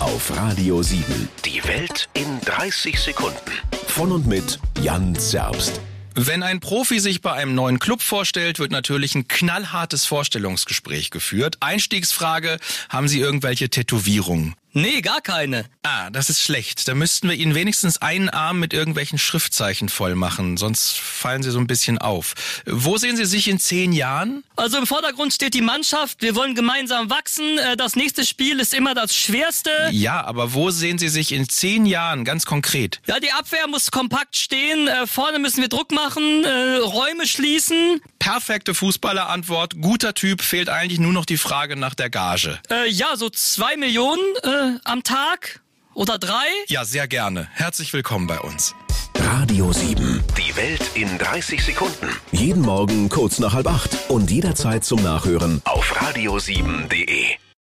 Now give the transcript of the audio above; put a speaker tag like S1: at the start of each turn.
S1: auf Radio 7.
S2: Die Welt in 30 Sekunden.
S1: Von und mit Jan Zerbst.
S3: Wenn ein Profi sich bei einem neuen Club vorstellt, wird natürlich ein knallhartes Vorstellungsgespräch geführt. Einstiegsfrage, haben Sie irgendwelche Tätowierungen?
S4: Nee, gar keine.
S3: Ah, das ist schlecht. Da müssten wir Ihnen wenigstens einen Arm mit irgendwelchen Schriftzeichen voll machen, sonst fallen Sie so ein bisschen auf. Wo sehen Sie sich in zehn Jahren?
S4: Also im Vordergrund steht die Mannschaft. Wir wollen gemeinsam wachsen. Äh, Das nächste Spiel ist immer das schwerste.
S3: Ja, aber wo sehen Sie sich in zehn Jahren ganz konkret?
S4: Ja, die Abwehr muss kompakt stehen. Äh, Vorne müssen wir Druck machen, äh, Räume schließen.
S3: Perfekte Fußballerantwort, guter Typ, fehlt eigentlich nur noch die Frage nach der Gage.
S4: Äh, Ja, so zwei Millionen äh, am Tag oder drei.
S3: Ja, sehr gerne. Herzlich willkommen bei uns.
S1: Radio 7.
S2: Die Welt in 30 Sekunden.
S1: Jeden Morgen kurz nach halb acht und jederzeit zum Nachhören
S2: Auf radio7.de.